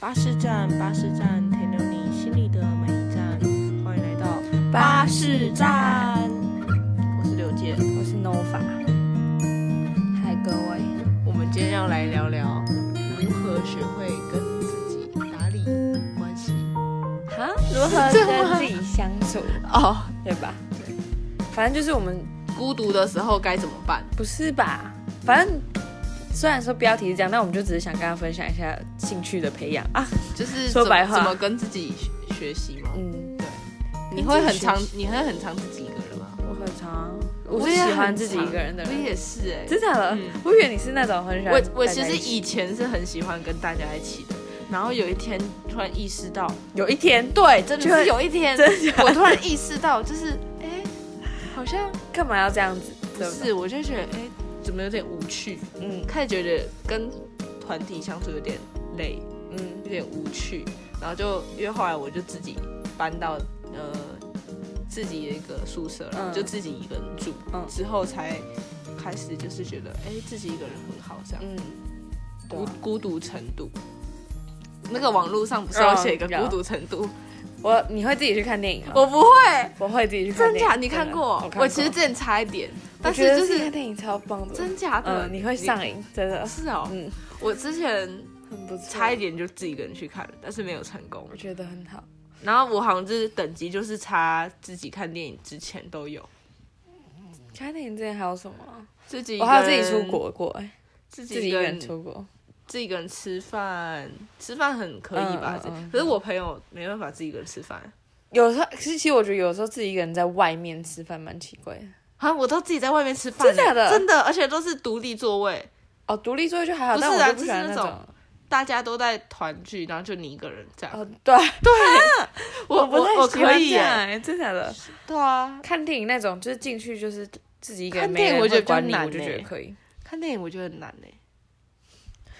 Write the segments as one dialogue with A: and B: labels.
A: 巴士站，巴士站，停留你心里的每一站。欢迎来到，
B: 巴士站，
A: 我是刘健。
B: 我是 Nova。嗨，各位，
A: 我们今天要来聊聊如何学会跟自己打理关系。
B: 哈，如何跟自己相处，啊
A: 哦，
B: 对吧？反正就是我们
A: 孤独的时候该怎么办？
B: 不是吧？反正虽然说标题是这样，但我们就只是想跟大家分享一下兴趣的培养啊。
A: 就是怎
B: 说
A: 么
B: 白话
A: 怎么跟自己学学习吗？
B: 嗯，
A: 你会很
B: 学
A: 常，你会很常自己一个人吗？
B: 我很常，我
A: 也
B: 是喜欢
A: 很
B: 自己
A: 常
B: 一个人的
A: 我
B: 人。
A: 也是哎、
B: 真的假的？
A: 嗯
B: 我以为你是那种很喜欢
A: 我我
B: 待
A: 其
B: 在
A: 实
B: 啊一起
A: 以前是很喜欢跟大家一起的，然后有一天突然意识到，
B: 有一天
A: 对，真的
B: 就是
A: 有一天，
B: 真的假
A: 我
B: 的
A: 突然意识到，就是哎、好像
B: 干嘛要这样子？
A: 不
B: 对吧啊
A: 是，我就觉得哎、怎么有点无趣，
B: 嗯
A: 开始觉得跟团体相处有点累，
B: 嗯
A: 有点无趣，然后就因为后来我就自己搬到呃自己的一个宿舍了，
B: 嗯
A: 就自己一个人住，
B: 嗯
A: 之后才开始就是觉得哎、自己一个人很好这样。
B: 嗯，对
A: 孤
B: 啊
A: 孤独程度。那个网络上不是有写一个
B: 嗯有
A: 孤独程度？
B: 我你会自己去看电影吗？
A: 我不会，
B: 我会自己去看
A: 真
B: 电影。
A: 假？你看
B: 真的
A: 过
B: 我？看
A: 我其实之前差一点，但
B: 我觉
A: 是
B: 得
A: 就
B: 自己看
A: 是
B: 电影超棒的，
A: 真假的，
B: 嗯，你会上瘾，真的
A: 是哦。
B: 嗯
A: 我之前
B: 很不错，
A: 差一点就自己一个人去看了，但是没有成功
B: 我。觉得很好。
A: 然后我好像就是等级就是差自己看电影之前都有
B: 看电影之前还有什么？
A: 自己一
B: 我
A: 个
B: 哦还有
A: 人，
B: 自己出国过，哎，
A: 自
B: 自
A: 己
B: 己
A: 一
B: 一
A: 个
B: 个
A: 人
B: 人出国，
A: 自己一个人吃饭，吃饭很可以吧
B: 嗯？嗯嗯
A: 可是我朋友没办法自己一个人吃饭，
B: 有时候其实其实我觉得有时候自己一个人在外面吃饭蛮奇怪的。
A: 啊，我都自己在外面吃饭
B: 真
A: 欸，
B: 假的
A: 真的，而且都是独立座位，
B: 哦，独立座位就还好，
A: 不是
B: 但
A: 啊
B: 我就不喜欢
A: 就是
B: 那
A: 那种
B: 种。
A: 大家都在团聚，然后就你一个人这样。
B: 哦，对，
A: 我
B: 不太
A: 我我
B: 喜欢
A: 可以
B: 这样
A: 耶，
B: 哎，真假的。
A: 对啊，
B: 看电影那种就是进去就是自己一个人，
A: 看
B: 没
A: 电影
B: 人
A: 我觉得
B: 会
A: 比较
B: 管你，
A: 难
B: 我就
A: 欸
B: 觉得可以。
A: 看电影我觉得很难呢。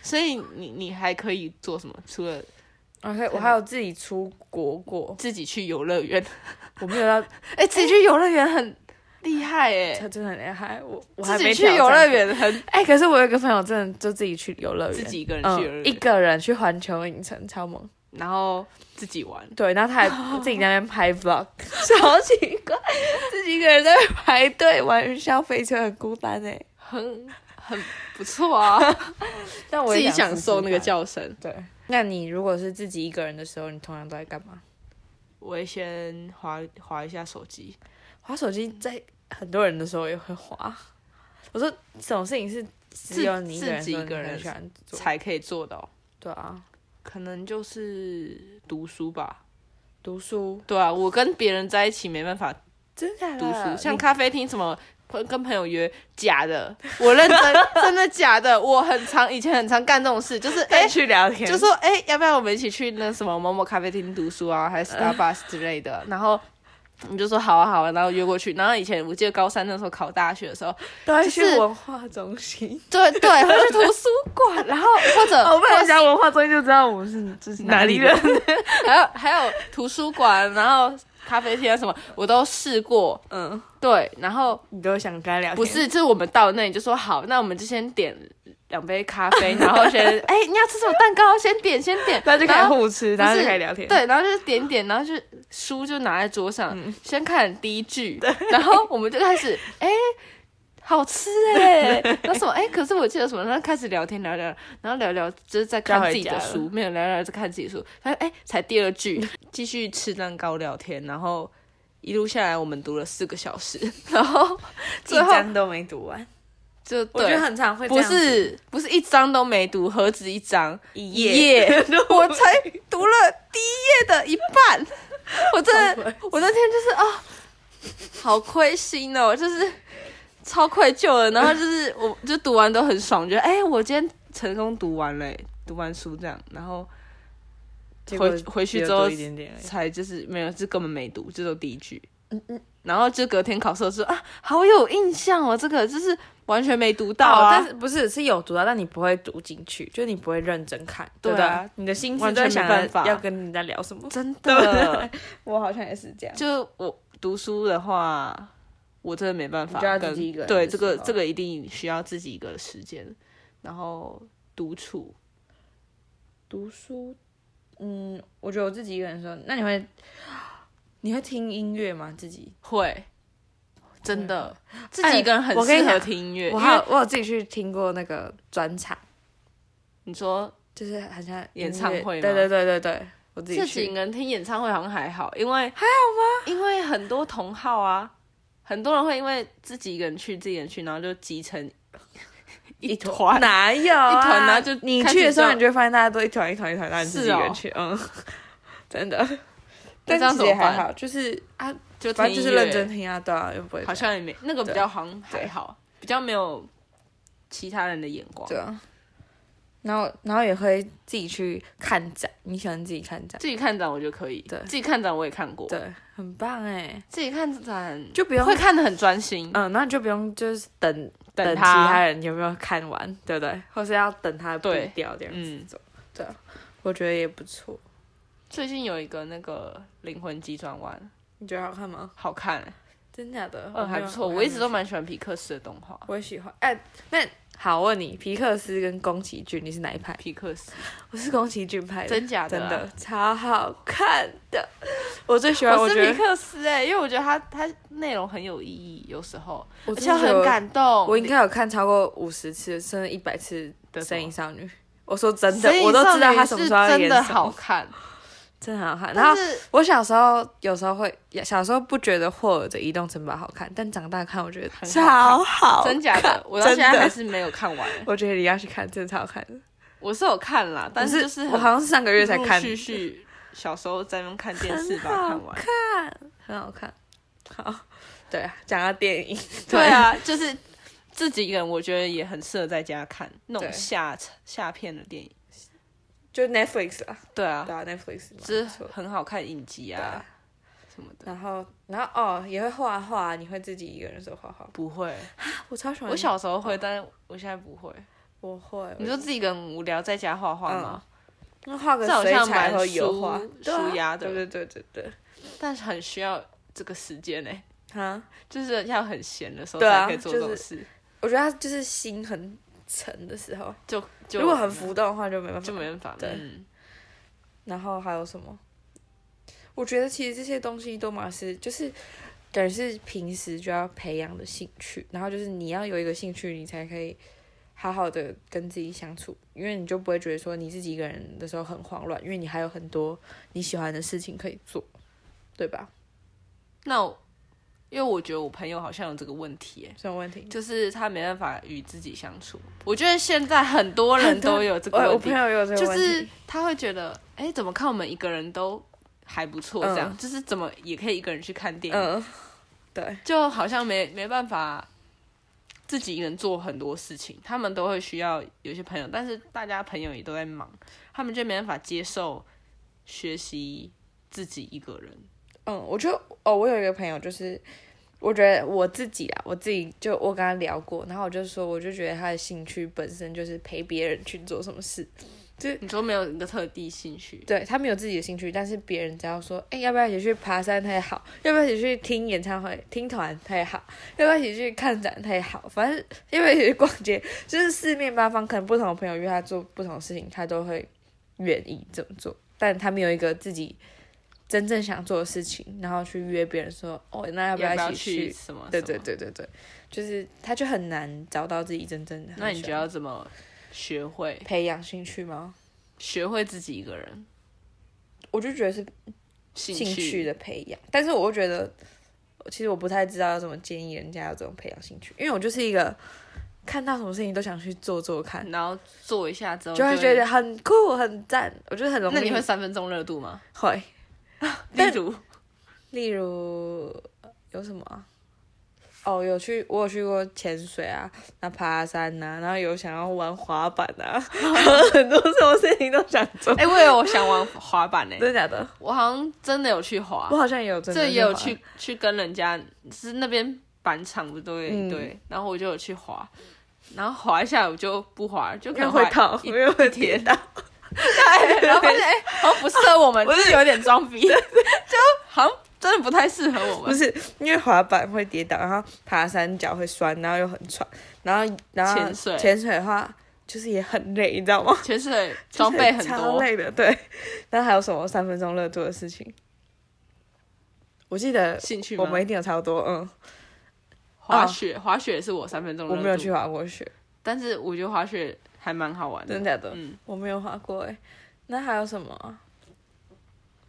A: 所以你你还可以做什么？除了
B: 而且我还有自己出国过，
A: 自己去游乐园，
B: 我没有到
A: 哎、自己去游乐园很厉害哎，
B: 他真的很厉害，我欸我还
A: 自
B: 没
A: 己去
B: 挑
A: 游
B: 战
A: 乐。园很
B: 哎、可是我有一个朋友，真的就自己去游乐园，
A: 自己一个人去游乐
B: 嗯，一
A: 园，
B: 个人去环球影城，超猛。
A: 然后自己玩，
B: 对，然后他 还自己在那边拍 vlog，超奇怪，自己一个人在那边排队玩云霄飞车，很孤单哎、
A: 很很不错啊，
B: 但 我
A: 自
B: 也
A: 己
B: 想
A: 享受那个
B: 试试看。
A: 叫声。
B: 对，那你如果是自己一个人的时候，你通常都在干嘛？
A: 我会先划划一下手机，
B: 滑手机，在很多人的时候也会滑。我说这种事情是只有你一个人的时候
A: 自己一个
B: 你很
A: 人
B: 喜欢做，
A: 才可以做到、
B: 对啊，
A: 可能就是读书吧。
B: 读书，
A: 对啊，我跟别人在一起没办法
B: 真的假的
A: 读书，像
B: 你
A: 咖啡厅什么。朋跟朋友约假的， 我认真，真的假的？我很常以前很常干这种事， 就是哎、
B: 再去聊天，
A: 就说哎、要不要我们一起去那什么某某咖啡厅读书啊，还是 Starbucks 之类的？然后你就说好啊好啊，然后约过去。然后以前我记得高三那时候考大学的时候，
B: 都会
A: 就是
B: 去文化中心。
A: 对对，会去图书馆，然后或 者
B: 我们讲文化中心就知道我们是这是
A: 哪里
B: 人
A: 人。还有还有图书馆，然后咖啡厅啊什么，我都试过。
B: 嗯，
A: 对，然后
B: 你都想跟他聊天？
A: 不是，就是我们到那里就说好，那我们就先点两杯咖 啡，然后先哎、你要吃什么蛋糕？先点先点，
B: 然后就开始
A: 然后
B: 互吃，
A: 不是
B: 然后就开始聊天。，
A: 对，然后就是点点，然后就书就拿在桌上，
B: 嗯
A: 先看第一句，然后我们就开始哎。好吃哎、那什么哎、可是我记得什么，然后开始聊天聊聊，然后聊聊就是在看
B: 要回
A: 自己
B: 家
A: 的
B: 了
A: 书，没有聊聊在看自己的书，发现哎才第二 句，继续吃蛋糕聊天，然后一路下来我们读了四个小时，然后最后
B: 都没读完。
A: 就
B: 我觉
A: 对
B: 得，很常会这
A: 不
B: 样子
A: 是不是一张都没读，何止一张，
B: 一页，
A: 页， 我才读了第一页的一半，我真的，我那天就是啊、好亏心哦，就是超愧疚的。然后就是，我就读完都很爽，觉得哎、我今天成功读完了，哎读完书这样，然后
B: 结果
A: 回回去
B: 只有
A: 之后
B: 多一点点而已。
A: 才就是没有，就根本没读，这都第一句。然后就隔天考试的时候啊，好有印象哦，这个就是完全没读到
B: 哦
A: 啊，
B: 但是不是是有读到，但你不会读进去，就你不会认真看，对不
A: 对啊
B: 对？你的心思
A: 完
B: 都
A: 全
B: 在
A: 没
B: 想
A: 办法
B: 要跟人家聊什么。
A: 真
B: 对不
A: 的
B: 对。 我好像也是这样。
A: 就我读书的话，我真的没办法
B: 你就要
A: 跟
B: 自己一个人
A: 对
B: 的
A: 这个
B: 时候
A: 这个一定需要自己一个时间，然后独处
B: 读书嗯，我觉得我自己一个人的时候，那你会你会听音乐吗？自己？
A: 会，真的，自己一个人很
B: 我跟你
A: 适合
B: 讲
A: 听音乐。
B: 我
A: 因
B: 还
A: 为
B: 有我有自己去听过那个专场，
A: 你说
B: 就是好像音乐
A: 演唱会吗
B: 对对对对对，我自己
A: 自己一个
B: 去。
A: 人听演唱会好像还好，因为还好吗？因为很多同好啊，很多人会因为自己一个人去，自己一个人去，然后就集成 一团。
B: 哪有、啊、
A: 一团然后就
B: 你
A: 开
B: 去的
A: 始
B: 时候，
A: 就
B: 你就会发现大家都一团一团一团，然后你自己
A: 是
B: 一
A: 哦
B: 个人去，嗯，真的。
A: 那
B: 但
A: 这样
B: 其
A: 怎
B: 实
A: 么
B: 也
A: 办
B: 还好，就是啊，
A: 就听
B: 反正就是认真
A: 音
B: 听啊，对啊，又不会
A: 乐，好像也没那个比
B: 对
A: 较好像还
B: 对
A: 好，比较没有其他人的眼光
B: 对。啊。然后，然后也会自己去看展，你喜欢自己看展，
A: 自己看展我觉得可以，
B: 对
A: 自己看展我也看过，
B: 对，很棒哎，
A: 自己看展
B: 就不用
A: 会看得很专心，
B: 嗯，那你就不用就是等
A: 等
B: 其
A: 他
B: 他人有没有看完，对不对？或是要等他步
A: 对
B: 调这样子
A: 嗯
B: 走，对啊，我觉得也不错。
A: 最近有一个那个灵魂急转弯，
B: 你觉得好看吗？
A: 好看、
B: 真假的？
A: 嗯，还不错。我一直都蛮喜欢皮克斯的动画。
B: 我也喜欢。哎、那好，我问你，皮克斯跟宫崎骏，你是哪一派？
A: 皮克斯，
B: 我是宫崎骏派的，
A: 真假的
B: 真
A: 啊
B: 的超好看的。我最喜欢，
A: 我
B: 啊我
A: 是
B: 觉
A: 皮
B: 得
A: 克斯哎、因为我觉得它它内容很有意义，有时候
B: 我
A: 而
B: 真
A: 且
B: 的觉
A: 很
B: 得
A: 感动。
B: 我应该有看超过五十次，甚至一百次的《
A: 什么
B: 身影少女》。我说真的
A: 神，隐
B: 我都
A: 少
B: 知道
A: 女
B: 他什么
A: 是
B: 时候要
A: 真
B: 演
A: 的
B: 什
A: 好
B: 么，
A: 看，
B: 真的好看。然后
A: 但是
B: 我小时候有时候会，小时候不觉得霍尔的《移动城堡》好看，但长大看我觉得
A: 很好看
B: 超好看，
A: 真假的，我到现
B: 真
A: 在
B: 的
A: 还是没有看完。欸
B: 我觉得你要去看，真的超好看的。
A: 我是有看啦，但是
B: 是
A: 就是
B: 我好像是上个月才看，
A: 续续小时候在那边看电视把它
B: 很好
A: 看完。
B: 很好看。好，对啊，讲到电影，
A: 对啊，就是自己一个人，我觉得也很适合在家看那种
B: 对
A: 下下片的电影。
B: 就 Netflix 啊，
A: 对啊
B: 对，啊，Netflix 蛮不
A: 就是
B: 错的
A: 很好看影集啊什么的。
B: 然后，然后哦，也会画画，你会自己一个人的时候画画吗？
A: 不会，
B: 我超喜欢，
A: 我小时候会，但是我现在不会。
B: 嗯我会，
A: 你说自己一个人无聊在家画画吗？
B: 那画个
A: 这好
B: 水
A: 像
B: 彩
A: 蛮
B: 和油
A: 舒
B: 画，对啊
A: 舒压的
B: 对对对对对，
A: 但是很需要这个时间欸呢，
B: 哈，
A: 就是要很闲的时候
B: 对啊
A: 才可以做这种
B: 就是
A: 事。
B: 我觉得他就是心很沉的时候，
A: 就就
B: 如果很浮动的话就没办法，
A: 就没办法。
B: 对
A: 嗯
B: 然后还有什么？我觉得其实这些东西都嘛是就是等于是平时就要培养的兴趣，然后就是你要有一个兴趣，你才可以好好的跟自己相处，因为你就不会觉得说你自己一个人的时候很慌乱，因为你还有很多你喜欢的事情可以做，对吧？
A: 那我因为我觉得我朋友好像有这个问题耶，
B: 这种问题。
A: 就是他没办法与自己相处。我觉得现在很多人都有这个
B: 我哎我
A: 问
B: 朋
A: 题，
B: 友也有这个
A: 就
B: 问
A: 是
B: 题，
A: 他会觉得，哎、怎么看我们一个人都还不错，
B: 嗯
A: 这样、就是怎么也可以一个人去看电影，
B: 嗯，对，
A: 就好像没没办法自己一个人做很多事情。他们都会需要有些朋友，但是大家朋友也都在忙，他们就没办法接受学习自己一个人。
B: 嗯，我觉得哦，我有一个朋友，就是我觉得我自己啊，我自己就我跟他聊过，然后我就说，我就觉得他的兴趣本身就是陪别人去做什么事，
A: 你说没有一个特地兴趣，
B: 对他没有自己的兴趣，但是别人只要说，哎，要不要一起去爬山，他也好；要不要一起去听演唱会、听团，他也好；要不要一起去看展，他也好。反正要不要一起去逛街，就是四面八方，可能不同的朋友约他做不同的事情，他都会愿意这么做。但他没有一个自己真正想做的事情，然后去约别人说，哦，那要不
A: 要
B: 一起
A: 去什么？
B: 对
A: 什么
B: 对。对对对，就是他就很难找到自己真正的。
A: 那你觉得要怎么学会
B: 培养兴趣吗？
A: 学会自己一个人
B: 我就觉得是
A: 兴
B: 兴趣的培养，但是我又觉得，其实我不太知道要怎么建议人家要怎么培养兴趣，因为我就是一个看到什么事情都想去做做看，
A: 然后做一下之后
B: 就会觉得很酷很赞，我觉得很容易。
A: 哦那你会三分钟热度吗？
B: 会？
A: 例
B: 但
A: 如
B: 例如呃有什么啊、哦，有去，我有去过潜水啊，那爬山呐、然后有想要玩滑板啊，很多什么事情都想 做。
A: 哎、我也有想玩滑板呢、
B: 真的假的？
A: 我好像真的有去滑
B: 我，好像也有真的
A: 这
B: 去
A: 也有
B: 滑
A: 去去跟人家，是那边板场不对、
B: 嗯
A: 对，然后我就有去滑，然后滑一下我就不滑，就可
B: 因为
A: 能
B: 会
A: 滑
B: 痛，
A: 一
B: 因为会跌
A: 天
B: 倒。
A: 然后发现哎、好像不适合 我们，就是有点装逼，就好像真的不太适合我
B: 不
A: 们。
B: 是因为滑板会跌倒，然后爬山脚会酸，然后又很喘，然后然后
A: 潜水
B: 潜水的话就是也很累，你知道吗？
A: 潜水
B: 就是
A: 装备很
B: 超
A: 多，
B: 累的，对。然后还有什么三分钟热度的事情？我记得
A: 兴趣吗
B: 我们一定有超多，嗯，
A: 滑雪，滑雪是我三分钟热
B: 我
A: 度，
B: 没有去，滑过雪，
A: 但是我觉得滑雪还蛮好玩
B: 真
A: 的。
B: 的假的？
A: 嗯，
B: 我没有滑过哎、那还有什么啊？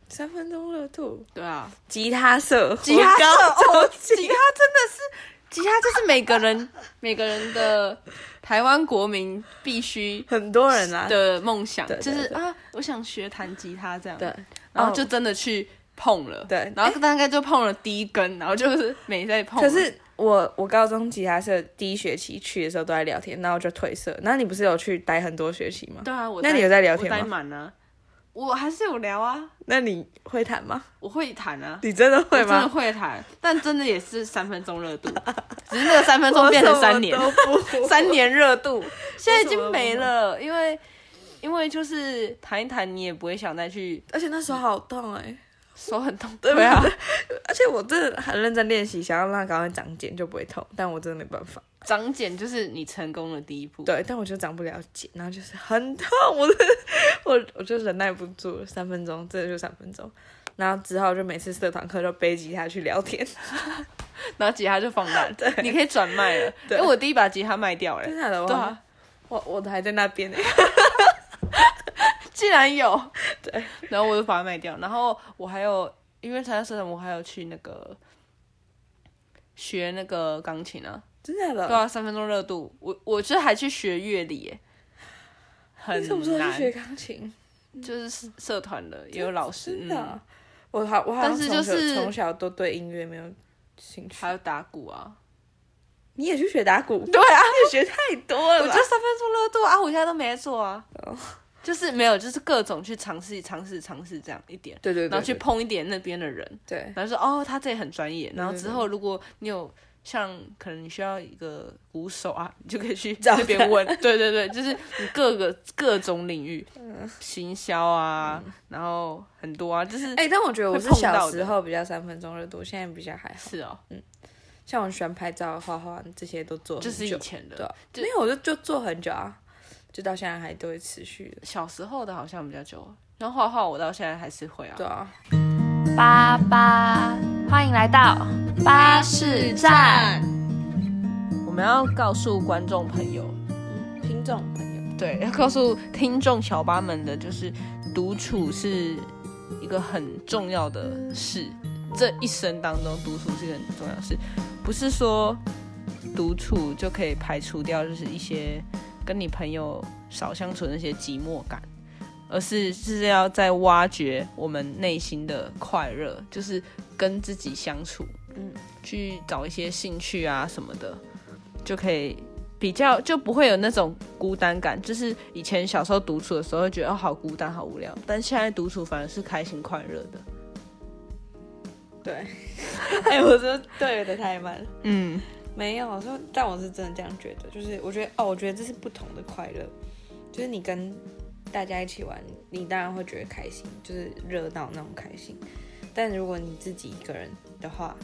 B: 三分钟热度，
A: 对啊，
B: 吉他社，
A: 吉他社
B: 我高
A: 哦，
B: 中
A: 吉他真的是，吉他就是每个人每个人的台湾国民必须
B: 很多人啊，
A: 的梦想，
B: 对对
A: 就是
B: 对
A: 啊，我想学弹吉他这样，
B: 对，
A: 然后就真的去碰了，
B: 对
A: 然后大概就碰了第一根，然后就是没再碰了。
B: 可是我我高中吉他社第一学期去的时候都在聊天，然后就退社。那你不是有去待很多学期吗？
A: 对啊，我
B: 那
A: 待
B: 你有在聊天
A: 我待
B: 吗？
A: 满啊，我还是有聊啊，
B: 那你会弹吗？
A: 我会弹啊，
B: 你真的
A: 我
B: 会
A: 真的
B: 吗？
A: 会弹，但真的也是三分钟热度，只是那个三分钟变成三年
B: 我，什么都不
A: 三年热度，现在已
B: 我
A: 经
B: 什么都不
A: 没了，因为因为就是弹一弹，你也不会想再去，
B: 而且那时候好痛哎、
A: 手很痛，
B: 对
A: 对啊，
B: 而且我真的很认真练习，想要让它赶快长茧就不会痛，但我真的没办法。
A: 长茧就是你成功的第一步，
B: 对，但我就长不了茧，然后就是很痛，我真的我我就忍耐不住了，三分钟，真的就三分钟。然后之后就每次社团课就背吉他去聊天，
A: 然后吉他就放 烂，你可以转卖了，因
B: 对
A: 为我第一把吉他卖掉了
B: 真，的假的？
A: 对啊，
B: 我我的还在那边呢、欸
A: 竟然 有，对， 然后我就把它卖掉，然后我还有因为参加社团，我还有去那个学那个钢琴啊，
B: 真的假的？
A: 对啊，三分钟热度，我我这还去学乐理耶，很
B: 你什么时候去
A: 啊难，
B: 学钢琴？
A: 就是社团的也有老师，
B: 真的啊、
A: 嗯，
B: 我好，我好像
A: 但是就是
B: 从小从小都对音乐没有兴趣
A: 还。有打鼓啊，
B: 你也去学打鼓？
A: 对啊，
B: 你也学太多
A: 我
B: 了
A: 觉
B: 吧哦
A: 得？三分钟热度啊，我现在都没在做啊，就是没有，就是各种去尝试尝试尝试这样一点，
B: 对对对，
A: 然后去
B: 对
A: 碰一点那边的人，
B: 对
A: 然后说哦，他这里很专业，然后
B: 对
A: 之后如果你有像可能你需要一个鼓手啊，你就可以 去
B: 找
A: 那边问，对对对，就是你各个各种领域，行销啊，然后很多啊，就是
B: 哎、但我觉得我是
A: 会碰到
B: 小
A: 的
B: 时候比较三分钟热度，现在比较还好。
A: 是哦，
B: 像我喜欢拍照、画画这些都做很
A: 就是以
B: 久
A: 前
B: 对
A: 的
B: 啊，
A: 就
B: 没有我就就做很久啊，就到现在还都会持续的。
A: 小时候的好像比较久，然后画画我到现在还是会啊
B: 对，啊，
C: 八八，欢迎来到巴士站。
A: 我们要告诉观众朋友，嗯
B: 听众朋友，
A: 对，要告诉听众小巴们的就是，独处是一个很重要的事，这一生当中，独处是一个很重要的事，不是说独处就可以排除掉，就是一些跟你朋友少相处的那些寂寞感。而是是要在挖掘我们内心的快乐，就是跟自己相处，
B: 嗯，
A: 去找一些兴趣啊什么的，就可以比较就不会有那种孤单感。就是以前小时候独处的时候，会觉得哦好孤单、好无聊，但现在独处反而是开心快乐的。
B: 对， 哎、我说对的太慢了。
A: 嗯，
B: 没有，我说，但我是真的这样觉得，就是我觉得哦，我觉得这是不同的快乐，就是你跟大家一起玩，你当然会觉得开心，就是热闹那种开心。但如果你自己一个人的话，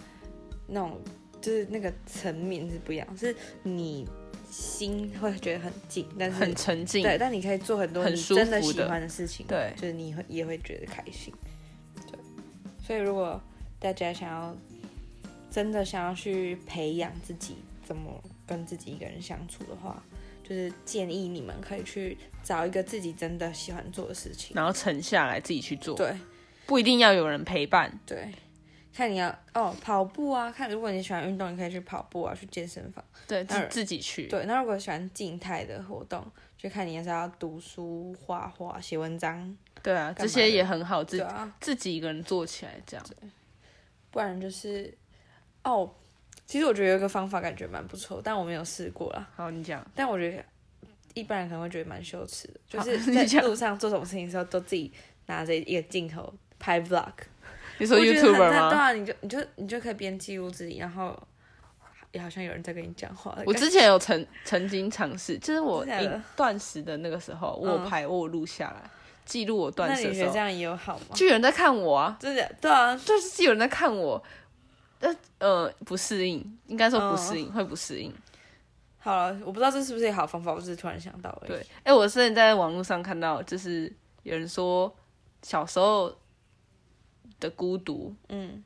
B: 那种就是那个层面是不一样，是你心会觉得很静，但是
A: 很沉浸。
B: 对，但你可以做很多
A: 很
B: 你
A: 舒服
B: 真的喜
A: 的
B: 欢的事情，
A: 对
B: 就是你会也会觉得开心。对，所以如果大家想要真的想要去培养自己怎么跟自己一个人相处的话，就是建议你们可以去找一个自己真的喜欢做的事情。
A: 然后沉下来自己去做，
B: 对
A: 不一定要有人陪伴。
B: 对，看你要哦跑步啊，看如果你喜欢运动，你可以去跑步啊，去健身房。
A: 对，
B: 当
A: 自
B: 然
A: 自己去。
B: 对，那如果喜欢静态的活动，就看你是要读书、画画、写文章，
A: 对啊，
B: 干嘛
A: 这些也很好，
B: 对
A: 自
B: 啊。
A: 自己一个人做起来这样。
B: 不然就是哦，其实我觉得有一个方法感觉蛮不错，但我没有试过啦。
A: 好，你讲。
B: 但我觉得一般人可能会觉得蛮羞耻的，就
A: 好
B: 是
A: 啊你
B: 在
A: 讲
B: 路上做什么事情的时候，都自己拿着一个镜头拍 vlog。
A: 你说
B: 我觉得很
A: YouTuber
B: 赞对
A: 吗？
B: 啊，你就你就你就可以边记录自己，然后也好像有人在跟你讲话的感觉。
A: 我之前有曾曾经尝试，就是我
B: 真的假的
A: 一断食的那个时候，我有拍，我有录下来，记录我断
B: 那
A: 食
B: 你
A: 的
B: 觉
A: 时
B: 得
A: 候，
B: 这样也有好吗？
A: 就有人在看我啊，
B: 真的对啊，
A: 就是有人在看我，呃呃不适应，应该说不适应，会不适应，
B: 好了，我不知道这是不是一个好方法，我只是突然想到而已。
A: 对，哎、我之前在网络上看到，就是有人说小时候的孤独，
B: 嗯，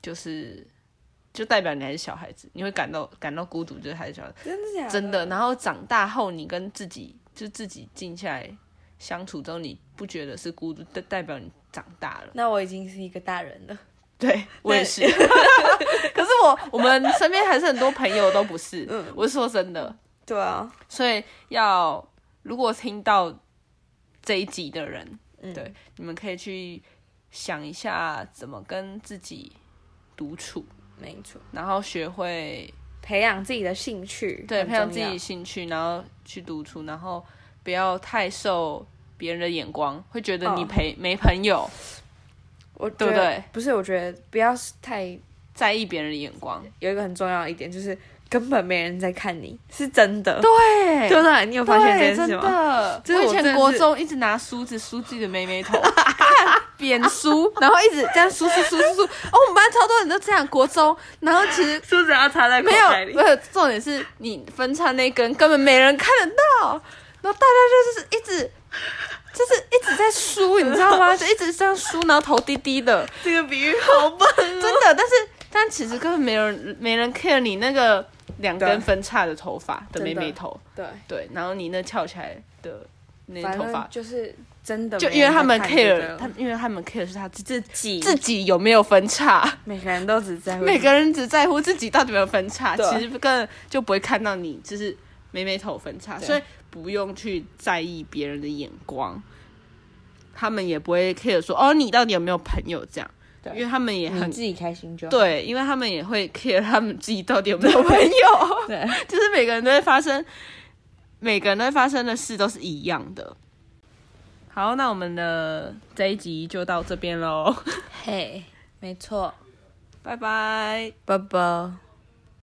A: 就是就代表你还是小孩子，你会感到感到孤独，就是还是小孩子，
B: 真的假的？
A: 真的。然后长大后，你跟自己就自己静下来相处之后，你不觉得是孤独，代代表你长大了。
B: 那我已经是一个大人了。
A: 对 我也是，可是我我们身边还是很多朋友都不是，我是说真的，
B: 对啊，
A: 所以要如果听到这一集的人，
B: 嗯
A: 对，你们可以去想一下怎么跟自己独处，
B: 没错，
A: 然后学会
B: 培养自己的兴趣，
A: 对
B: 很
A: 培养自
B: 重要
A: 己兴趣，然后去独处，然后不要太受别人的眼光，会觉得你
B: 哦
A: 陪、没朋友，
B: 我
A: 对不
B: 觉得
A: 对？
B: 不是，我觉得不要太
A: 在意别人的眼光。
B: 有一个很重要的一点，就是根本没人在看你，是真的。
A: 对
B: 对不对？你有发现这
A: 对，
B: 件
A: 真
B: 事吗？
A: 的，
B: 这
A: 我
B: 是我
A: 以
B: 真的
A: 前
B: 是
A: 国中一直拿梳子梳自己的妹妹头，看扁梳，然后一直这样梳梳梳梳梳。哦，我们班超多人都这样，国中，然后其实
B: 梳子要插在
A: 没有，没有，重点是你分叉那根根本没人看得到，然后大家就是一直。就是一直在梳，你知道 吗？就一直这样梳，然后头低低的，
B: 这个比喻好棒。
A: 真的。但是，但其实根本没人没人 care 你那个两
B: 对
A: 根分叉的头发的
B: 真的
A: 妹妹头，
B: 对，
A: 对，然后你那翘起来的那
B: 反
A: 头发
B: 正，就是真的没
A: 就
B: 人在看，
A: 因为他们
B: 对
A: care，
B: 了
A: 他们因为他们 care 是他自自
B: 挤，
A: 自己有没有分叉，
B: 每个人都只在乎
A: 每个人只在乎自己到底有没有分叉，
B: 对啊
A: 其实根本就不会看到你就是眉眉头分叉，
B: 对
A: 所以不用去在意别人的眼光，他们也不会 care 说哦你到底有没有朋友这样，
B: 对
A: 因为他们也
B: 你
A: 很
B: 自己开心就好。
A: 对，因为他们也会 care 他们自己到底有没有朋友。
B: 对，
A: 就是每个人都会发生，每个人都会发生的事都是一样的。好，那我们的这一集就到这边喽，
B: 嘿，没错，
A: 拜拜。
B: 拜拜。